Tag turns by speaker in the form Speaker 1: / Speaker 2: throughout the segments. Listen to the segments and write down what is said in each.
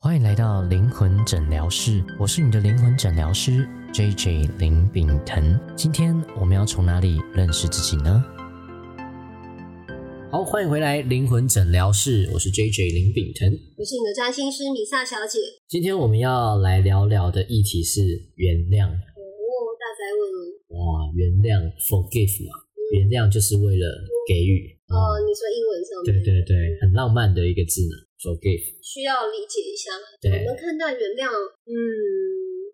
Speaker 1: 欢迎来到灵魂诊疗室，我是你的灵魂诊疗师 J J 林炳腾。今天我们要从哪里认识自己呢？好，欢迎回来灵魂诊疗室，我是 J J 林炳腾。
Speaker 2: 我是你的占星师米萨小姐。
Speaker 1: 今天我们要来聊聊的议题是原谅。
Speaker 2: 哦，大灾问哦。
Speaker 1: 哇，原谅 forgive 嘛，原谅就是为了给予。
Speaker 2: 哦，你说英文上
Speaker 1: 对
Speaker 2: 面
Speaker 1: 对对，很浪漫的一个字呢，forgive。
Speaker 2: 需要理解一下。
Speaker 1: 对
Speaker 2: 我们看待原谅，嗯，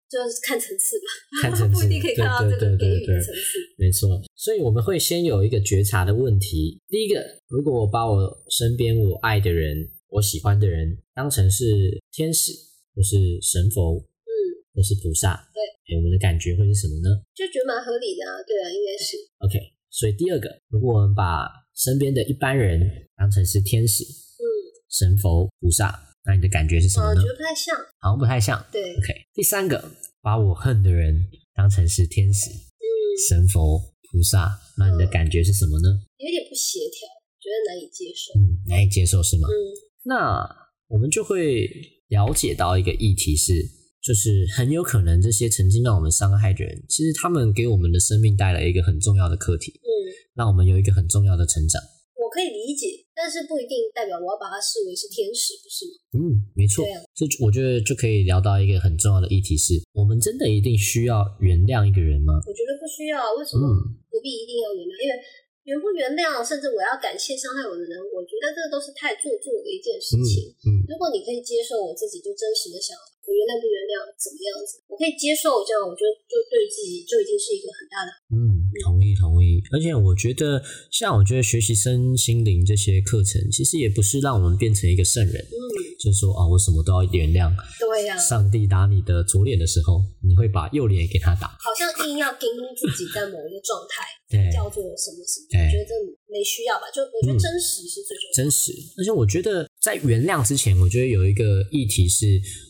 Speaker 2: 就是看层次吧，
Speaker 1: 看层次
Speaker 2: 不一定可以看到这个
Speaker 1: 对对对
Speaker 2: 给予
Speaker 1: 对
Speaker 2: 的
Speaker 1: 对
Speaker 2: 层次。
Speaker 1: 没错，所以我们会先有一个觉察的问题。第一个，如果我把我身边我爱的人、我喜欢的人当成是天使，或是神佛，
Speaker 2: 嗯，
Speaker 1: 或是菩萨，对，我们的感觉会是什么呢
Speaker 2: 就觉得蛮合理的啊。对啊，应该是。
Speaker 1: ？OK，所以第二个，如果我们把身边的一般人当成是天使、
Speaker 2: 嗯，
Speaker 1: 神佛、菩萨，那你的感觉是什么
Speaker 2: 哦，
Speaker 1: 呢
Speaker 2: 觉？得不太像。
Speaker 1: 好像不太像。
Speaker 2: 对，
Speaker 1: OK，第三个，把我恨的人当成是天使、
Speaker 2: 嗯
Speaker 1: 神佛、菩萨，那你的感觉是什么呢？
Speaker 2: 有点不协调，觉得难以接
Speaker 1: 嗯，
Speaker 2: 受。
Speaker 1: 难以接受是吗？
Speaker 2: 嗯，
Speaker 1: 那我们就会了解到一个议题是，就是很有可能这些曾经让我们伤害的人，其实他们给我们的生命带来一个很重要的课题，
Speaker 2: 嗯，
Speaker 1: 让我们有一个很重要的成长。
Speaker 2: 我可以理解，但是不一定代表我要把它视为是天使，不是吗？
Speaker 1: 嗯，没错
Speaker 2: 对啊，
Speaker 1: 这就我觉得就可以聊到一个很重要的议题是：我们真的一定需要原谅一个人吗？
Speaker 2: 我觉得不需要啊，为什
Speaker 1: 嗯，
Speaker 2: 么不必一定要原谅，因为原不原谅，甚至我要感谢伤害我的人，我觉得这都是太做作的一件事
Speaker 1: 嗯
Speaker 2: 情。
Speaker 1: 嗯，
Speaker 2: 如果你可以接受我自己就真实的想，我原谅不原谅怎么样子，我可以接受这样，我觉得就对自己就已经是一个很大的
Speaker 1: 嗯，同意同意。而且我觉得，像我觉得学习身心灵这些课程，其实也不是让我们变成一个圣人，
Speaker 2: 嗯，
Speaker 1: 就是说啊，我什么都要原谅。
Speaker 2: 对呀、
Speaker 1: 上帝打你的左脸的时候，你会把右脸给他打。
Speaker 2: 好像硬要盯自己在某一个状态，
Speaker 1: 对，
Speaker 2: 叫做什么什么，
Speaker 1: 对
Speaker 2: 我觉得这没需要吧？就我觉
Speaker 1: 哎嗯
Speaker 2: 得真实是最重要的。
Speaker 1: 真实。而且我觉得在原谅之前，我觉得有一个议题是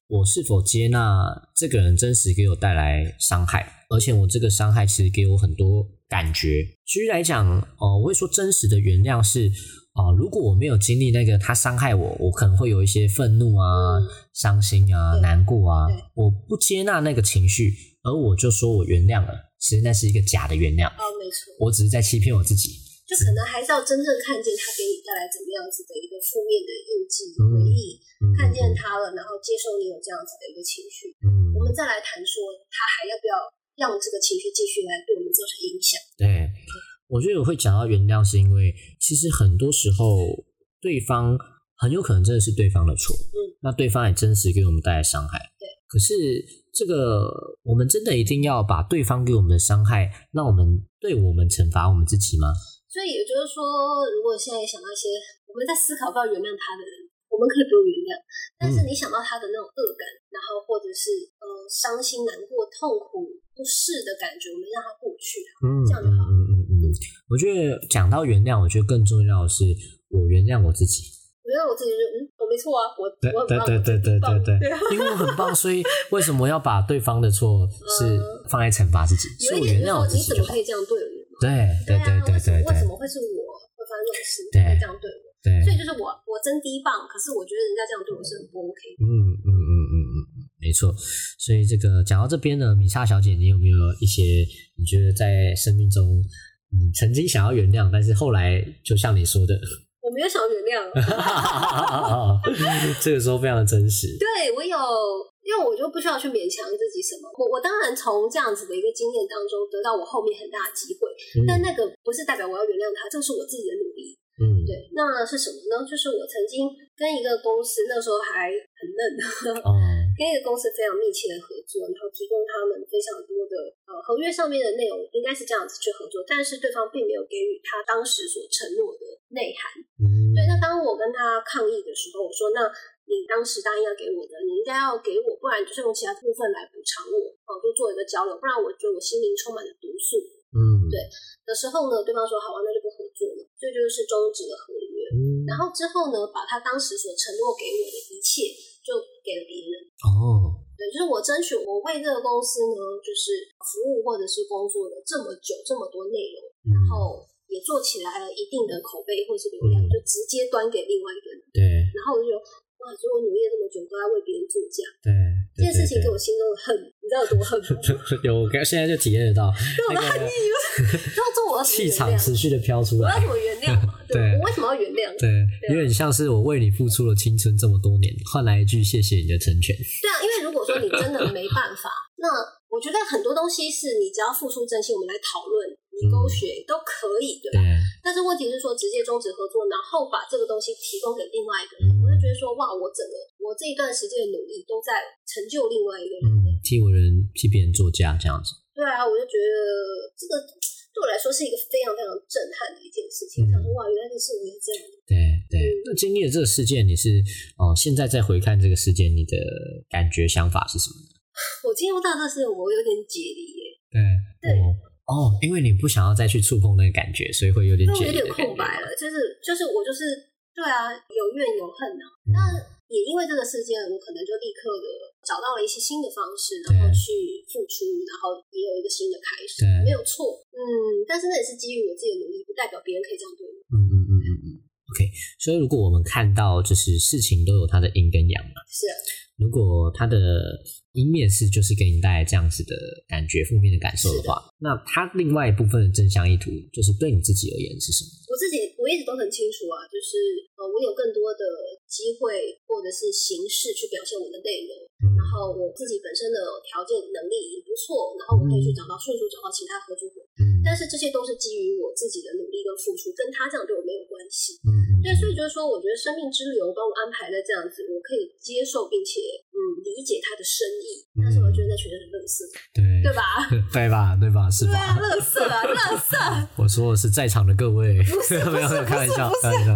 Speaker 1: 我是否接纳这个人真实给我带来伤害，而且我这个伤害其实给我很多感觉。举例来讲，哦、我会说真实的原谅是。哦，如果我没有经历那个他伤害我，我可能会有一些愤怒啊、
Speaker 2: 嗯
Speaker 1: 伤心啊、
Speaker 2: 对
Speaker 1: 难过啊
Speaker 2: 对，
Speaker 1: 我不接纳那个情绪，而我就说我原谅了，其实那是一个假的原谅，
Speaker 2: 哦，没错，
Speaker 1: 我只是在欺骗我自己。
Speaker 2: 就可能还是要真正看见他给你带来怎么样子的一个负面的印记、
Speaker 1: 嗯
Speaker 2: 回忆，
Speaker 1: 嗯
Speaker 2: 看见他了，然后接受你有这样子的一个情绪，
Speaker 1: 嗯，
Speaker 2: 我们再来谈说他还要不要让这个情绪继续来对我们造成影响。
Speaker 1: 对，我觉得我会讲到原谅，是因为其实很多时候对方很有可能真的是对方的错，
Speaker 2: 嗯，
Speaker 1: 那对方也真实给我们带来伤害，
Speaker 2: 对。
Speaker 1: 可是这个，我们真的一定要把对方给我们的伤害，让我们对我们惩罚我们自己吗？
Speaker 2: 所以也就是说，如果现在想到一些我们在思考要原谅他的人，我们可以不用原谅，但是
Speaker 1: 嗯
Speaker 2: 你想到他的那种恶感，然后或者是呃伤心、难过、痛苦、不适的感觉，我们让他过去啊。
Speaker 1: 嗯
Speaker 2: 这样
Speaker 1: 嗯
Speaker 2: 就好
Speaker 1: 嗯嗯嗯，我觉得讲到原谅，我觉得更重要的是我原谅我自己。
Speaker 2: 原谅我自己就嗯，我没错啊，我
Speaker 1: 对
Speaker 2: 我很
Speaker 1: 对
Speaker 2: 棒，
Speaker 1: 对对对对
Speaker 2: 我自己很棒
Speaker 1: 对
Speaker 2: 啊，
Speaker 1: 因为我很棒，所以为什么要把对方的错 是放在惩罚自己？所以
Speaker 2: 嗯有一
Speaker 1: 我
Speaker 2: 点
Speaker 1: 原
Speaker 2: 就是
Speaker 1: 谅我
Speaker 2: 说
Speaker 1: 自
Speaker 2: 你
Speaker 1: 己
Speaker 2: 怎
Speaker 1: 就
Speaker 2: 么
Speaker 1: 好
Speaker 2: 可。以这样对我？
Speaker 1: 对对对对
Speaker 2: 对
Speaker 1: 对对
Speaker 2: 啊，为什么为什么会是我会发生这种事？
Speaker 1: 对
Speaker 2: 会这样对我？
Speaker 1: 对，
Speaker 2: 所以就是我我真低棒，可是我觉得人家这样对我是很不 OK 的。
Speaker 1: 嗯嗯嗯嗯嗯，嗯，没错。所以这个讲到这边呢，米莎小姐，你有没有一些你觉得在生命中你曾经想要原谅，但是后来就像你说的，
Speaker 2: 我没有想原谅，啊
Speaker 1: 这个时候非常的真实。
Speaker 2: 对我有，因为我就不需要去勉强自己什么。我我当然从这样子的一个经验当中得到我后面很大的机会，
Speaker 1: 嗯
Speaker 2: 但那个不是代表我要原谅他，这是我自己的努力。
Speaker 1: 嗯，
Speaker 2: 对，那是什么呢？就是我曾经跟一个公司，那时候还很嫩，
Speaker 1: 哦，
Speaker 2: 跟一个公司非常密切的合作，然后提供他们非常多的呃合约上面的内容，应该是这样子去合作，但是对方并没有给予他当时所承诺的内涵。
Speaker 1: 嗯，
Speaker 2: 对，那当我跟他抗议的时候，我说：“那你当时答应要给我的，你应该要给我，不然就是用其他部分来补偿我，哦，就做一个交流，不然我觉得我心灵充满了毒素。
Speaker 1: 嗯，
Speaker 2: 对的时候呢，对方说：“好啊，那就不合作了。”所以就是终止了合约。
Speaker 1: 嗯，
Speaker 2: 然后之后呢，把他当时所承诺给我的一切就给了别人。
Speaker 1: 哦，
Speaker 2: 对，就是我争取我为这个公司呢，就是服务或者是工作了这么久，这么多内容，
Speaker 1: 然
Speaker 2: 然后也做起来了一定的口碑或是流量，
Speaker 1: 嗯
Speaker 2: 就直接端给另外一个人。
Speaker 1: 对，
Speaker 2: 然后我就觉得，哇，哇，所以我努力了这么久都在为别人做嫁，
Speaker 1: 对，
Speaker 2: 这
Speaker 1: 对
Speaker 2: 件事情
Speaker 1: 对
Speaker 2: 给我心中很，你知道有多 恨吗？
Speaker 1: 对有，我刚现在就体验得到那个
Speaker 2: 然后做我要怎么
Speaker 1: 气
Speaker 2: 原
Speaker 1: 场
Speaker 2: 谅？
Speaker 1: 持续的飘出
Speaker 2: 我要
Speaker 1: 来
Speaker 2: 怎。么原 谅嘛？对
Speaker 1: 对
Speaker 2: 我为什么要原谅？
Speaker 1: 对，
Speaker 2: 啊
Speaker 1: 有点像是我为你付出了青春这么多年，换来一句谢谢你的成全。
Speaker 2: 对啊，因为如果说你真的没办法，那我觉得很多东西是你只要付出真心，我们来讨论，你勾血都可以，对
Speaker 1: 嗯
Speaker 2: 吧？
Speaker 1: 对，
Speaker 2: 但是问题是说直接终止合作，然后把这个东西提供给另外一个人，
Speaker 1: 嗯
Speaker 2: 我就觉得说哇，我整个我这一段时间的努力都在成就另外一个人。
Speaker 1: 嗯，替我人替别人做嫁这样子。
Speaker 2: 对啊，我就觉得这个对我来说是一个非常非常震撼的一件事情。
Speaker 1: 嗯
Speaker 2: 想说哇，原来这个事情是这样。
Speaker 1: 对对
Speaker 2: 嗯，
Speaker 1: 那经历了这个事件，你是哦、呃现在再回看这个事件，你的感觉想法是什么呢？
Speaker 2: 我进入到这个事情，我有点解离耶，
Speaker 1: 对
Speaker 2: 对
Speaker 1: 哦哦，因为你不想要再去触碰那个感觉，所以会有点
Speaker 2: 因为我
Speaker 1: 解
Speaker 2: 有
Speaker 1: 离
Speaker 2: 点
Speaker 1: 的感
Speaker 2: 空白
Speaker 1: 觉。
Speaker 2: 了，就是就是我就是对啊，有怨有恨啊。
Speaker 1: 嗯
Speaker 2: 那也因为这个事件，我可能就立刻的找到了一些新的方式，然后
Speaker 1: 对
Speaker 2: 去付出，然后也有一个新的开始，
Speaker 1: 对
Speaker 2: 没有错。嗯，但是那也是基于我自己的努力，不代表别人可以这样对我。
Speaker 1: 嗯嗯嗯嗯嗯。OK，所以如果我们看到就是事情都有它的阴跟阳嘛，
Speaker 2: 是啊，
Speaker 1: 如果它的阴面是就是给你带来这样子的感觉、负面的感受的话，那它另外一部分的正向意图就是对你自己而言是什么？
Speaker 2: 我自己我一直都很清楚啊，就是呃，我有更多的机会或者是形式去表现我的内容，
Speaker 1: 嗯
Speaker 2: 然后我自己本身的条件能力也不错，然后我可以去找到迅速找到其他合作伙伴。
Speaker 1: 嗯
Speaker 2: 但是这些都是基于我自己的努力跟付出，跟他这样对我没有关系。
Speaker 1: 嗯嗯，
Speaker 2: 对，所以就是说，我觉得生命之流帮我安排的这样子，我可以接受并且嗯理解他的深意，但是我觉得那群人很乐色，
Speaker 1: 对
Speaker 2: 对吧？
Speaker 1: 对吧？对吧？是
Speaker 2: 对
Speaker 1: 吧
Speaker 2: 啊，？乐色啊，乐色！
Speaker 1: 我说的是在场的各位，
Speaker 2: 不是 不是
Speaker 1: 没有没有
Speaker 2: 不是
Speaker 1: 开玩笑
Speaker 2: 不，
Speaker 1: 开
Speaker 2: 是
Speaker 1: 玩笑，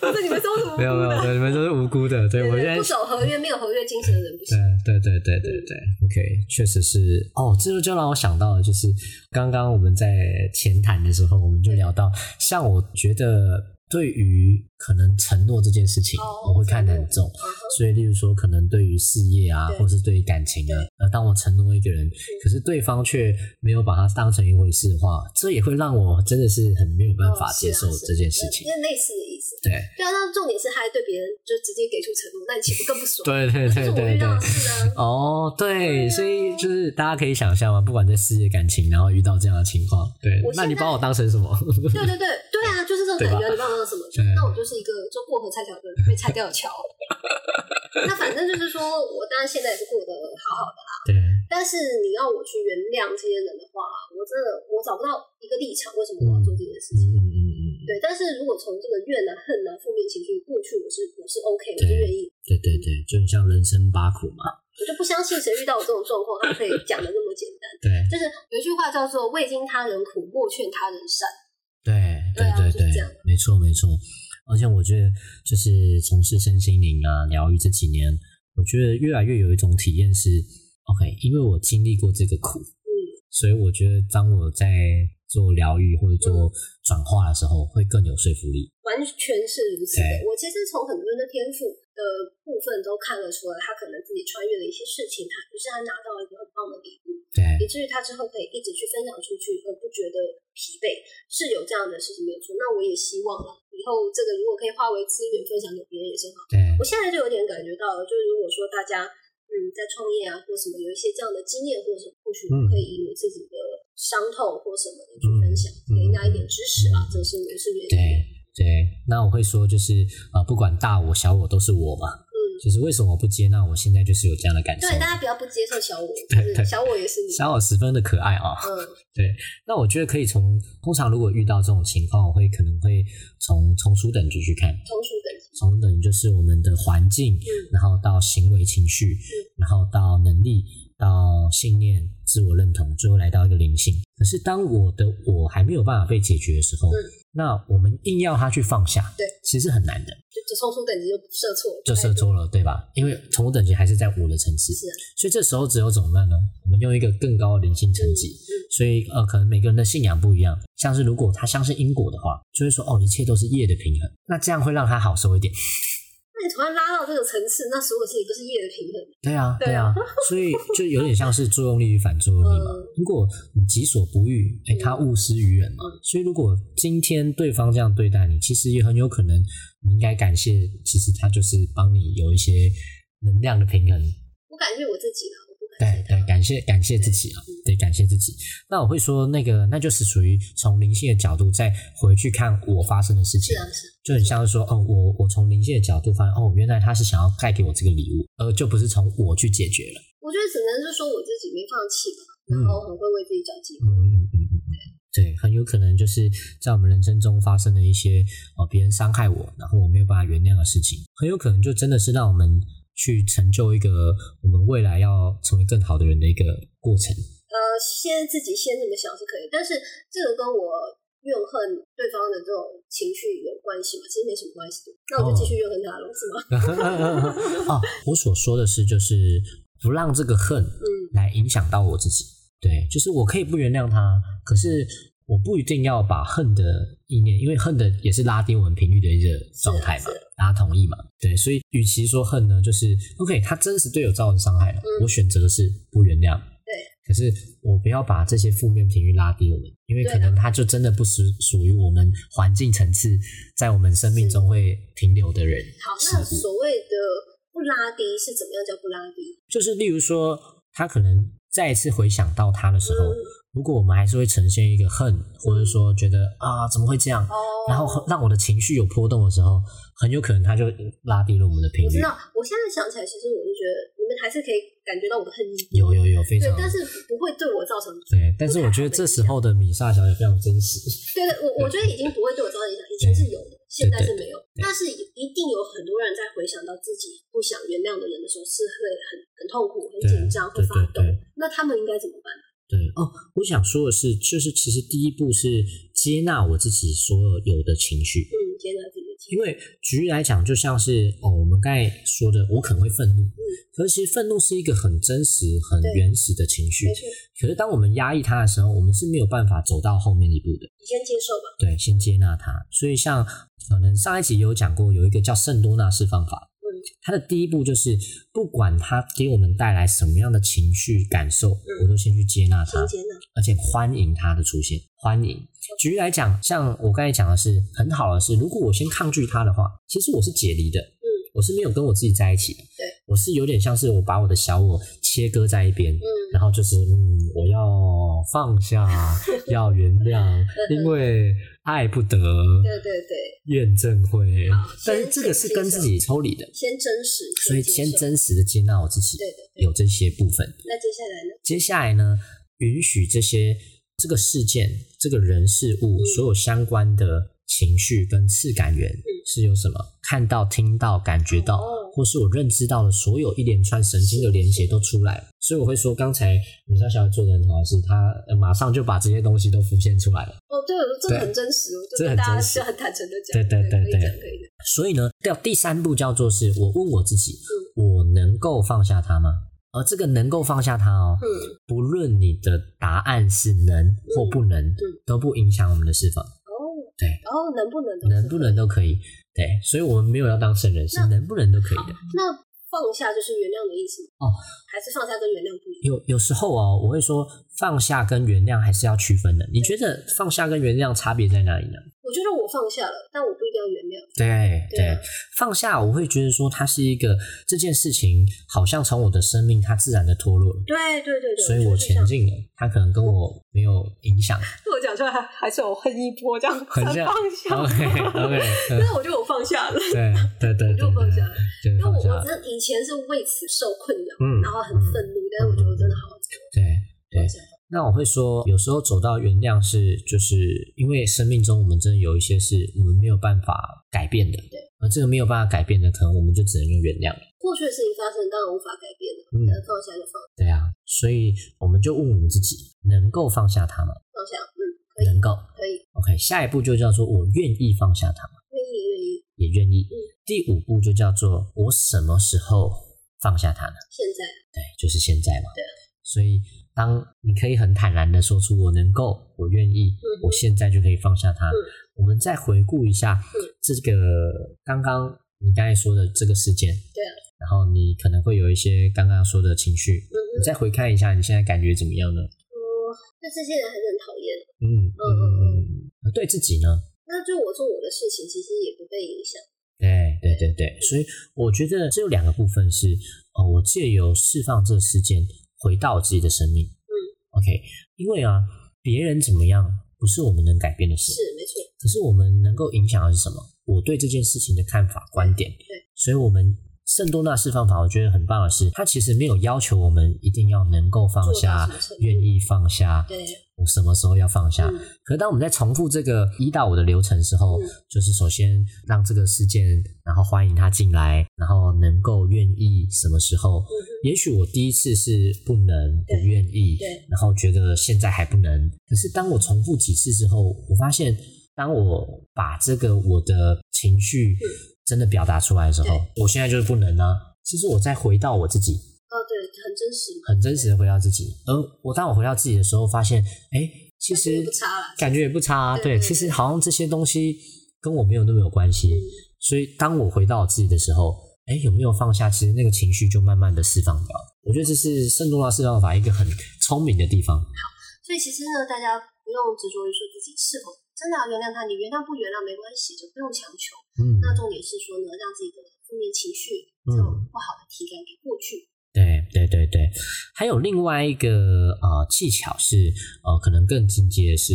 Speaker 2: 不是你们都是无辜
Speaker 1: 没有没有，
Speaker 2: 的，
Speaker 1: 对你们都是无辜的。对
Speaker 2: 对
Speaker 1: 我
Speaker 2: 对
Speaker 1: 现在
Speaker 2: 不守合约、没有合约精神的人不
Speaker 1: 嗯
Speaker 2: 行。
Speaker 1: 对对对对对对，OK，确实是哦，这就就让我想到了，就是刚刚我们在前谈的时候，我们就聊到，像我觉得对于可能承诺这件事情，
Speaker 2: 哦
Speaker 1: 我会看得很重，
Speaker 2: 嗯哼
Speaker 1: 所以例如说，可能对于事业啊，
Speaker 2: 对
Speaker 1: 或是对嗯于感情啊，呃，当我承诺一个人，可是对方却没有把它当成一回事的话，这也会让我真的是很没有办法
Speaker 2: 哦是
Speaker 1: 接
Speaker 2: 啊
Speaker 1: 受
Speaker 2: 是啊
Speaker 1: 这件事情，
Speaker 2: 那类似的意思。
Speaker 1: 对。
Speaker 2: 对啊，那重点是他还对别人就直接给出承诺，那你岂不更不爽？
Speaker 1: 对对
Speaker 2: 这
Speaker 1: 对
Speaker 2: 是我
Speaker 1: 对
Speaker 2: 遇
Speaker 1: 对
Speaker 2: 到的，事呢。
Speaker 1: 哦，
Speaker 2: 对
Speaker 1: 对，
Speaker 2: 啊
Speaker 1: 所以就是大家可以想象嘛，不管在事业、感情，然后遇到这样的情况，对
Speaker 2: 我，
Speaker 1: 那
Speaker 2: 现
Speaker 1: 你
Speaker 2: 在
Speaker 1: 把我当成什么？
Speaker 2: 对对对对啊，就是这种
Speaker 1: 对
Speaker 2: 感
Speaker 1: 吧
Speaker 2: 觉，你不知道什么
Speaker 1: 对，
Speaker 2: 那我就是一个就过河拆桥的被拆掉的桥。那反正就是说，我当然现在也是过得好好的，
Speaker 1: 对，嗯
Speaker 2: 但是你要我去原谅这些人的话，我真的我找不到一个立场，为什么我要做这件事
Speaker 1: 嗯
Speaker 2: 情？
Speaker 1: 嗯嗯嗯，
Speaker 2: 对，但是如果从这个怨啊、恨啊、负面情绪过去，我是我是 OK，我是愿意，
Speaker 1: 对对对，就很像人生八苦嘛，
Speaker 2: 我就不相信谁遇到我这种状况，他可以讲的那么简单。
Speaker 1: 对
Speaker 2: 就是有一句话叫做“未经他人苦，莫劝他人善
Speaker 1: 对
Speaker 2: 对啊
Speaker 1: 对
Speaker 2: 就是
Speaker 1: 对
Speaker 2: 这样，
Speaker 1: 没错没错。而且我觉得，就是从事身心灵啊、疗愈这几年，我觉得越来越有一种体验是，OK，因为我经历过这个苦，”。
Speaker 2: 嗯，
Speaker 1: 所以我觉得当我在做疗愈或者做转化的时候，会更有说服力。
Speaker 2: 完全是如此的。
Speaker 1: 对
Speaker 2: 我其实从很多人的天赋的部分都看得出来，他可能自己穿越了一些事情，他于是他拿到了一个很棒的礼物，
Speaker 1: 对，
Speaker 2: 以至于他之后可以一直去分享出去，而不觉得疲惫，是有这样的事情没有错。那我也希望啊，以后这个如果可以化为资源分享给别人也是很好。
Speaker 1: 对
Speaker 2: 我现在就有点感觉到了，就是如果说大家嗯在创业啊或什么有一些这样的经验，或者或许
Speaker 1: 嗯
Speaker 2: 可以以我自己的伤痛或什么的去分享，
Speaker 1: 嗯
Speaker 2: 给大家一点支持啊
Speaker 1: 嗯，
Speaker 2: 这是我是愿意的。
Speaker 1: 对对，那我会说就是呃，不管大我小我都是我嘛，
Speaker 2: 嗯。
Speaker 1: 就是为什么我不接纳我现在就是有这样的感受
Speaker 2: 对，？大家不要不接受小我，就
Speaker 1: 对
Speaker 2: 是
Speaker 1: 对
Speaker 2: 小我也是你。
Speaker 1: 小我十分的可爱啊、
Speaker 2: 嗯，
Speaker 1: 那我觉得可以从通常如果遇到这种情况，我会可能会从从属等级去看，
Speaker 2: 同属等级，
Speaker 1: 从属等级就是我们的环境，
Speaker 2: 嗯，
Speaker 1: 然后到行为情绪，然后到能力，到信念、自我认同，最后来到一个灵性。可是当我的我还没有办法被解决的时候，
Speaker 2: 嗯
Speaker 1: 那我们硬要他去放下，
Speaker 2: 对，
Speaker 1: 其实很难的，
Speaker 2: 就就同属等级就射错，
Speaker 1: 就射
Speaker 2: 哎
Speaker 1: 中了，对吧？因为从我等级还是在我的层次，
Speaker 2: 是啊
Speaker 1: 所以这时候只有怎么办呢？我们用一个更高的灵
Speaker 2: 嗯
Speaker 1: 性层级。所以呃，可能每个人的信仰不一样。像是如果他相信因果的话，就会说哦，一切都是业的平衡。那这样会让他好受一点。
Speaker 2: 那那你突然拉到这个层次，那所有事情都是业的平衡。
Speaker 1: 对啊，
Speaker 2: 对
Speaker 1: 对
Speaker 2: 啊
Speaker 1: 啊，所以就有点像是作用力与反作用力嘛
Speaker 2: 嗯。
Speaker 1: 如果你己所不欲，哎、
Speaker 2: 嗯
Speaker 1: 他勿施于人嘛。所以如果今天对方这样对待你，其实也很有可能你应该感谢，其实他就是帮你有一些能量的平衡。
Speaker 2: 我感谢我自己了，我不感
Speaker 1: 对
Speaker 2: 谢他。
Speaker 1: 对，感谢感谢自己啊，对，感谢自己。那我会说，那个那就是属于从灵性的角度再回去看我发生的事情
Speaker 2: 是。啊，是啊
Speaker 1: 就很像是说，哦，我我从灵性的角度发现，哦，原来他是想要带给我这个礼物，而就不是从我去解决了。
Speaker 2: 我觉得只能是说我自己没放弃吧，
Speaker 1: 嗯
Speaker 2: 然后很会为自己找机会。
Speaker 1: 嗯嗯嗯嗯嗯，对，很有可能就是在我们人生中发生的一些哦，别人伤害我，然后我没有办法原谅的事情，很有可能就真的是让我们去成就一个我们未来要成为更好的人的一个过程。
Speaker 2: 呃，先自己先这么想是可以，但是这个跟我怨恨对方的这种情绪有关系吗？其实没什么关系的。那我就继续怨恨他了，是吗？
Speaker 1: 哦，我所说的是，就是不让这个恨
Speaker 2: 嗯，
Speaker 1: 来影响到我自己。对，就是我可以不原谅他，可是我不一定要把恨的意念，因为恨的也是拉低我们频率的一个状态嘛
Speaker 2: 是啊是，
Speaker 1: 大家同意嘛？对，所以与其说恨呢，就是 OK，他真实对我造成伤害了，
Speaker 2: 嗯
Speaker 1: 我选择的是不原谅。
Speaker 2: 对，
Speaker 1: 可是我不要把这些负面频率拉低我们，因为
Speaker 2: 对
Speaker 1: 可能他就真的不属属于我们环境层次，在我们生命中会停留的人。
Speaker 2: 好，
Speaker 1: 事
Speaker 2: 那
Speaker 1: 物
Speaker 2: 所谓的不拉低是怎么样叫不拉低？
Speaker 1: 就是例如说，他可能再一次回想到他的时候，
Speaker 2: 嗯
Speaker 1: 如果我们还是会呈现一个恨，或者说觉得啊怎么会这样，
Speaker 2: 哦
Speaker 1: 然后很让我的情绪有波动的时候，很有可能他就拉低了我们的频
Speaker 2: 我
Speaker 1: 率。
Speaker 2: 知道，我现在想起来，其实我就觉得你们还是可以感觉到我的恨意，
Speaker 1: 有有有，非
Speaker 2: 对
Speaker 1: 常，
Speaker 2: 但是不会对我造成，
Speaker 1: 对，但是我觉得这时候的米萨小姐非常真实。
Speaker 2: 对对，我我觉得已经不会对我造成影响，以前是有的，现在是没有，但是一定有很多人在回想到自己不想原谅的人的时候，是会很很痛苦、很
Speaker 1: 对
Speaker 2: 紧张、会
Speaker 1: 对
Speaker 2: 发
Speaker 1: 对
Speaker 2: 抖
Speaker 1: 对。
Speaker 2: 那他们应该怎么办？
Speaker 1: 对哦，我想说的是，就是其实第一步是接纳我自己所有有的情绪，
Speaker 2: 嗯，接纳自己的情绪，
Speaker 1: 因为举例来讲，就像是哦，我们刚才说的，我可能会愤怒，可是其实愤怒是一个很真实、很
Speaker 2: 嗯对
Speaker 1: 原始的情绪
Speaker 2: 没。错，
Speaker 1: 可是当我们压抑它的时候，我们是没有办法走到后面一步的。
Speaker 2: 你先接受吧。
Speaker 1: 对，先接纳它。所以像可能上一集有讲过，有一个叫圣多纳释放法，
Speaker 2: 嗯
Speaker 1: 它的第一步就是不管它给我们带来什么样的情绪感受，
Speaker 2: 嗯
Speaker 1: 我都先去接纳它
Speaker 2: 先。接纳，
Speaker 1: 而且欢迎它的出现，欢迎。举例来讲，像我刚才讲的是很好的是，如果我先抗拒它的话，其实我是解离的，嗯，我是没有跟我自己在一起的，
Speaker 2: 对，
Speaker 1: 我是有点像是我把我的小我切割在一边，
Speaker 2: 嗯，
Speaker 1: 然后就是嗯，我要放 下，要原谅，因为爱不得，
Speaker 2: 对对嗯对，哦
Speaker 1: 怨憎会
Speaker 2: 好，
Speaker 1: 但是
Speaker 2: 先
Speaker 1: 这个是跟自己抽离的，
Speaker 2: 先真实，
Speaker 1: 所以
Speaker 2: 接
Speaker 1: 先
Speaker 2: 受
Speaker 1: 真实的接纳我自己
Speaker 2: 对对对。
Speaker 1: 有这些部分。
Speaker 2: 那接下来呢？
Speaker 1: 接下来呢，允许这些这个事件、这个人事物
Speaker 2: 嗯
Speaker 1: 所有相关的情绪跟次感源是有什么？看到、听到、感觉到
Speaker 2: 哦，
Speaker 1: 或是我认知到的所有一连串神经的连接都出来了。所以我会说，刚才米莎小姐做的很好的是，她呃马上就把这些东西都浮现出来了。
Speaker 2: 哦，对，这个
Speaker 1: 对啊
Speaker 2: 很真实，我就
Speaker 1: 这
Speaker 2: 跟
Speaker 1: 很
Speaker 2: 大家
Speaker 1: 真实
Speaker 2: 就很坦诚的讲，
Speaker 1: 对对对
Speaker 2: 对可以
Speaker 1: 对
Speaker 2: 讲可以讲，
Speaker 1: 所以呢，要第三步叫做是我问我自己，
Speaker 2: 嗯
Speaker 1: 我能够放下它吗？而这个能够放下它哦，
Speaker 2: 嗯，
Speaker 1: 不论你的答案是能或不能，
Speaker 2: 嗯
Speaker 1: 都不影响我们的释放，
Speaker 2: 哦，
Speaker 1: 对
Speaker 2: 然后能不能都
Speaker 1: 能
Speaker 2: 是
Speaker 1: 不能都可以。对，所以我们没有要当圣人，是
Speaker 2: 嗯那
Speaker 1: 能不能都可以的。
Speaker 2: 那放下就是原谅的意思
Speaker 1: 哦，
Speaker 2: 吗还是放下跟原谅不一样？
Speaker 1: 有有时候哦，我会说放下跟原谅还是要区分的。你觉得放下跟原谅差别在哪里呢？
Speaker 2: 我觉得我放下了，但我不一定要原谅。
Speaker 1: 对
Speaker 2: 对啊
Speaker 1: 对，放下我会觉得说它是一个这件事情，好像从我的生命它自然的脱落了，
Speaker 2: 对对对对，
Speaker 1: 所以我
Speaker 2: 觉得是这
Speaker 1: 前
Speaker 2: 样。
Speaker 1: 进了，它可能跟我没有影响，
Speaker 2: 我讲出来还还是有恨一波这样，
Speaker 1: 很
Speaker 2: 才
Speaker 1: 像
Speaker 2: 放下。
Speaker 1: OK OK，
Speaker 2: 但是我觉得我放下了，
Speaker 1: 对对对
Speaker 2: 我
Speaker 1: 对，
Speaker 2: 就放下了，
Speaker 1: 对，
Speaker 2: 因为我
Speaker 1: 放下
Speaker 2: 我
Speaker 1: 了。
Speaker 2: 真的以前是为此受困扰，
Speaker 1: 嗯
Speaker 2: 然后很愤怒，但是我觉得我真的好好
Speaker 1: 对对
Speaker 2: 放下。
Speaker 1: 那我会说，有时候走到原谅是，就是因为生命中我们真的有一些是我们没有办法改变的，
Speaker 2: 对，
Speaker 1: 而这个没有办法改变的，可能我们就只能用原谅了。
Speaker 2: 过去的事情发生，当然无法改变了，
Speaker 1: 嗯
Speaker 2: 但是放下就放
Speaker 1: 对啊，所以我们就问我们自己，能够放下它吗？
Speaker 2: 放下，嗯，可以
Speaker 1: 能够。
Speaker 2: 可以，
Speaker 1: OK，下一步就叫做我愿意放下它吗？
Speaker 2: 愿意愿意，
Speaker 1: 也愿意
Speaker 2: 嗯。
Speaker 1: 第五步就叫做我什么时候放下它呢？
Speaker 2: 现在
Speaker 1: 对，就是现在嘛。
Speaker 2: 对。
Speaker 1: 所以，当你可以很坦然的说出“我能够，我愿意
Speaker 2: 嗯哼，
Speaker 1: 我现在就可以放下它”，
Speaker 2: 嗯
Speaker 1: 我们再回顾一下
Speaker 2: 嗯
Speaker 1: 这个刚刚你刚才说的这个事件，
Speaker 2: 对啊，
Speaker 1: 然后你可能会有一些刚刚说的情绪，
Speaker 2: 嗯嗯
Speaker 1: 你再回看一下，你现在感觉怎么样呢？
Speaker 2: 嗯，那这些人还是很讨厌。
Speaker 1: 嗯嗯嗯嗯，对自己呢？
Speaker 2: 那就我做我的事情，其实也不被影响。
Speaker 1: 对哎对对对，所以我觉得这有两个部分是，呃，我借由释放这个事件，回到我自己的生命。嗯，OK，因为啊，别人怎么样不是我们能改变的事，
Speaker 2: 是没错，
Speaker 1: 可是我们能够影响的是什么？我对这件事情的看法、观点。
Speaker 2: 对，
Speaker 1: 所以我们圣多纳释放法，我觉得很棒的是，它其实没有要求我们一定要能够放
Speaker 2: 做到
Speaker 1: 下
Speaker 2: 什么程，度
Speaker 1: 愿意放下，
Speaker 2: 对，
Speaker 1: 我什么时候要放下？
Speaker 2: 嗯
Speaker 1: 可是当我们在重复这个一到五的流程的时候，
Speaker 2: 嗯
Speaker 1: 就是首先让这个事件，然后欢迎他进来，然后能够愿意什么时候？
Speaker 2: 嗯哼，
Speaker 1: 也许我第一次是不能不
Speaker 2: 对
Speaker 1: 愿意
Speaker 2: 对，
Speaker 1: 然后觉得现在还不能。可是当我重复几次之后，我发现，当我把这个我的情绪
Speaker 2: 嗯
Speaker 1: 真的表达出来的时候，我现在就是不能呢、啊其实我再回到我自己，
Speaker 2: 哦，对，很真实嘛，
Speaker 1: 很真实的回到自己。而我当我回到自己的时候，发现，哎，其
Speaker 2: 感
Speaker 1: 实
Speaker 2: 觉不差啦
Speaker 1: 感觉也不差、啊。
Speaker 2: 对
Speaker 1: 对，
Speaker 2: 对
Speaker 1: 其实好像这些东西跟我没有那么有关系。所以当我回到我自己的时候，哎，有没有放下？其实那个情绪就慢慢的释放掉了。我觉得这是圣多拉释放法一个很聪明的地方。
Speaker 2: 所以其实呢，大家不用执着于说自己是否真的要原谅他，你原谅不原谅没关系，就不用强求。
Speaker 1: 嗯，
Speaker 2: 那重点是说呢，让自己的负面情绪这种不好的体感给过去。
Speaker 1: 对对对对，还有另外一个呃技巧是呃，可能更进阶的是，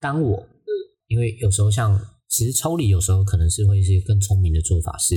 Speaker 1: 当我嗯，因为有时候像其实抽离有时候可能是会是更聪明的做法是，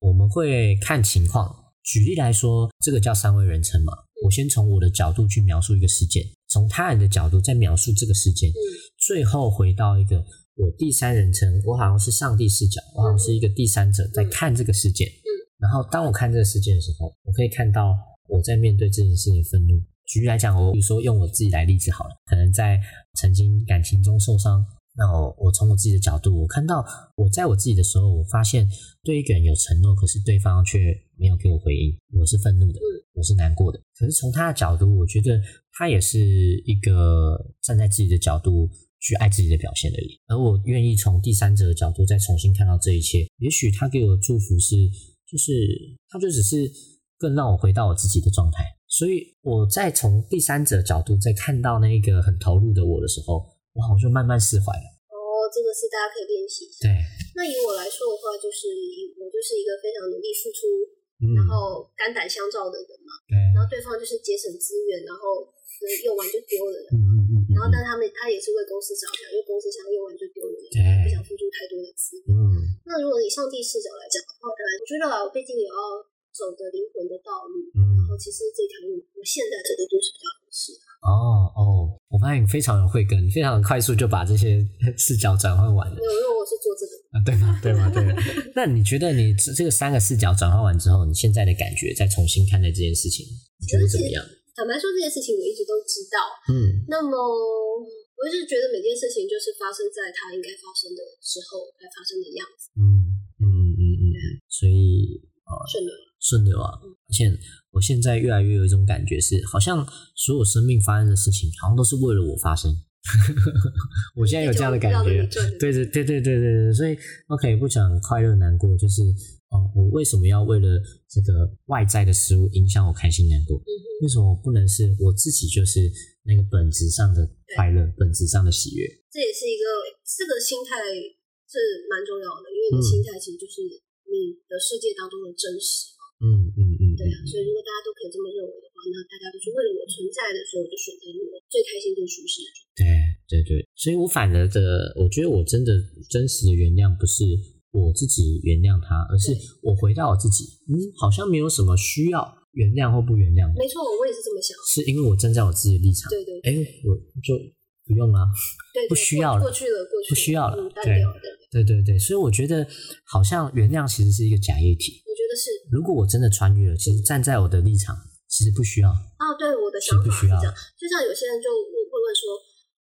Speaker 1: 我们会看情况。举例来说，这个叫三位人称嘛，我先从我的角度去描述一个事件，从他人的角度再描述这个事件，
Speaker 2: 嗯，
Speaker 1: 最后回到一个我第三人称，我好像是上帝视角，我好像是一个第三者在看这个事件。嗯，然后当我看这个事件的时候，我可以看到我在面对这件事的愤怒。举例来讲，我比如说用我自己来例子好了，可能在曾经感情中受伤，那我我从我自己的角度，我看到我在我自己的时候，我发现对一个人有承诺，可是对方却没有给我回应，我是愤怒的，我是难过的。可是从他的角度，我觉得他也是一个站在自己的角度去爱自己的表现而已。而我愿意从第三者的角度再重新看到这一切，也许他给我的祝福是，就是他就只是更让我回到我自己的状态。所以我在从第三者角度再看到那个很投入的我的时候，我好像就慢慢释怀了。
Speaker 2: 哦，这个是大家可以练习一下。
Speaker 1: 对，嗯
Speaker 2: 那以我来说的话，就是以我就是一个非常努力付出，
Speaker 1: 嗯，
Speaker 2: 然后肝胆相照的人嘛。
Speaker 1: 对，
Speaker 2: 然后对方就是节省资源，然后呃用完就丢的人。
Speaker 1: 嗯嗯嗯，
Speaker 2: 然后，但他们他也是为公司着想，因为公司想用完就丢的人，
Speaker 1: 对
Speaker 2: 不想付出太多的资源。
Speaker 1: 嗯
Speaker 2: 那如果以上帝视角来讲的话，当然，我觉得啊，我毕竟有要走的灵魂的道路，
Speaker 1: 嗯
Speaker 2: 然，后其实这条路我现在走的都是比较合适的。
Speaker 1: 哦哦，我发现你非常有慧根，你非常快速就把这些 视角转换完了
Speaker 2: 没有，因为我是做这个，
Speaker 1: 啊，对吗？对吗？对 吗。那你觉得你这这个三个视角转换完之后，你现在的感觉，再重新看待这件事情，你觉得怎么样？
Speaker 2: 坦白说这件事情我一直都知道。
Speaker 1: 嗯
Speaker 2: 那么，我一直觉得每件事情就是发生在它应该发生的时候该发生的样子，
Speaker 1: 嗯嗯嗯嗯，嗯所以呃，
Speaker 2: 顺流。
Speaker 1: 顺流啊，而且我现在越来越有一种感觉是，好像所有生命发生的事情，好像都是为了我发生。 我现在有这样的感
Speaker 2: 就绕着
Speaker 1: 觉
Speaker 2: 你，转的
Speaker 1: 对对对对对对对，所以 OK 不讲快乐难过，就是哦、呃我为什么要为了这个外在的事物影响我开心难过？
Speaker 2: 嗯
Speaker 1: 为什么不能是我自己就是那个本质上的快乐，本质上的喜悦？
Speaker 2: 这也是一个这个心态是蛮重要的，因为你
Speaker 1: 嗯
Speaker 2: 心态其实就是你的世界当中的真实，
Speaker 1: 嗯嗯嗯，
Speaker 2: 对啊。所以如果大家都可以这么认为的话，那大家都是为了我存在的，所以我就选择我最开心、最舒适的。
Speaker 1: 对对对，所以我反而的，我觉得我真的真实的原谅不是我自己原谅他，而是我回到我自己，嗯，好像没有什么需要原谅或不原谅的，
Speaker 2: 没错，我也是这么想。
Speaker 1: 是因为我站在我自己的立场，
Speaker 2: 对对
Speaker 1: 哎，我就不用啊，
Speaker 2: 对，
Speaker 1: 不
Speaker 2: 对
Speaker 1: 需
Speaker 2: 过
Speaker 1: 要了
Speaker 2: 过去了，过去
Speaker 1: 不需要了
Speaker 2: 嗯，代
Speaker 1: 对
Speaker 2: 表的，
Speaker 1: 对对对，所以我觉得好像原谅其实是一个假议题。
Speaker 2: 我觉得是
Speaker 1: 如果我真的穿越了，其实站在我的立场，其实不需要，
Speaker 2: 啊，对我的
Speaker 1: 是
Speaker 2: 想
Speaker 1: 不
Speaker 2: 法
Speaker 1: 需
Speaker 2: 是
Speaker 1: 要
Speaker 2: 这样。就像有些人就问会问说，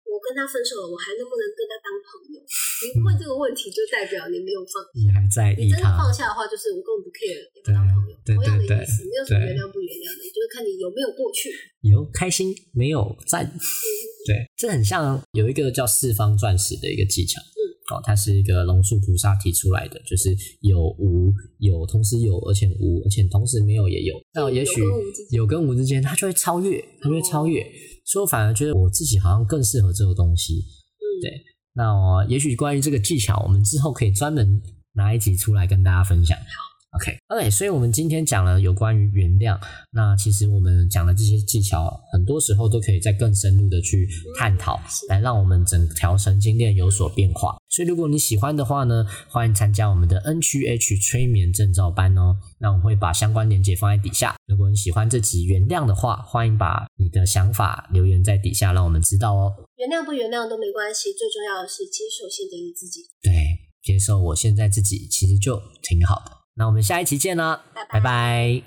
Speaker 2: 我跟他分手了，我还能不能跟他当朋友？ 你问
Speaker 1: 嗯
Speaker 2: 这个问题，就代表你没有放
Speaker 1: 你还在
Speaker 2: 你
Speaker 1: 意
Speaker 2: 真的
Speaker 1: 他
Speaker 2: 放。下的话，就是我根本不 care 要不要当朋友，
Speaker 1: 对
Speaker 2: 同样的
Speaker 1: 对对
Speaker 2: 意思，没有什么
Speaker 1: 对
Speaker 2: 原谅不原谅的，就是看你有没有过去。
Speaker 1: 有开心 没有赞，对，这很像有一个叫四方钻石的一个技巧。嗯，哦，它是一个龙树菩萨提出来的，就是有无有，同时有，而且无，而且同时没有也有。那也许
Speaker 2: 有跟
Speaker 1: 有跟无
Speaker 2: 无之间哦
Speaker 1: 之间，它就会超越，它就会超越。所以我反而觉得我自己好像更适合这个东西。
Speaker 2: 嗯
Speaker 1: 对那我也许关于这个技巧，我们之后可以专门拿一集出来跟大家分享。好，OK，OK，所以我们今天讲了有关于原谅，那其实我们讲的这些技巧，很多时候都可以再更深入的去探讨，来让我们整条神经链有所变化。所以如果你喜欢的话呢，欢迎参加我们的 N 区 H 催眠证照班哦。那我们会把相关链接放在底下。如果你喜欢这集原谅的话，欢迎把你的想法留言在底下，让我们知道哦。
Speaker 2: 原谅不原谅都没关系，最重要的是接受现在的自己。
Speaker 1: 对，接受我现在自己其实就挺好的。那我们下一期见啦，
Speaker 2: 拜拜
Speaker 1: 拜拜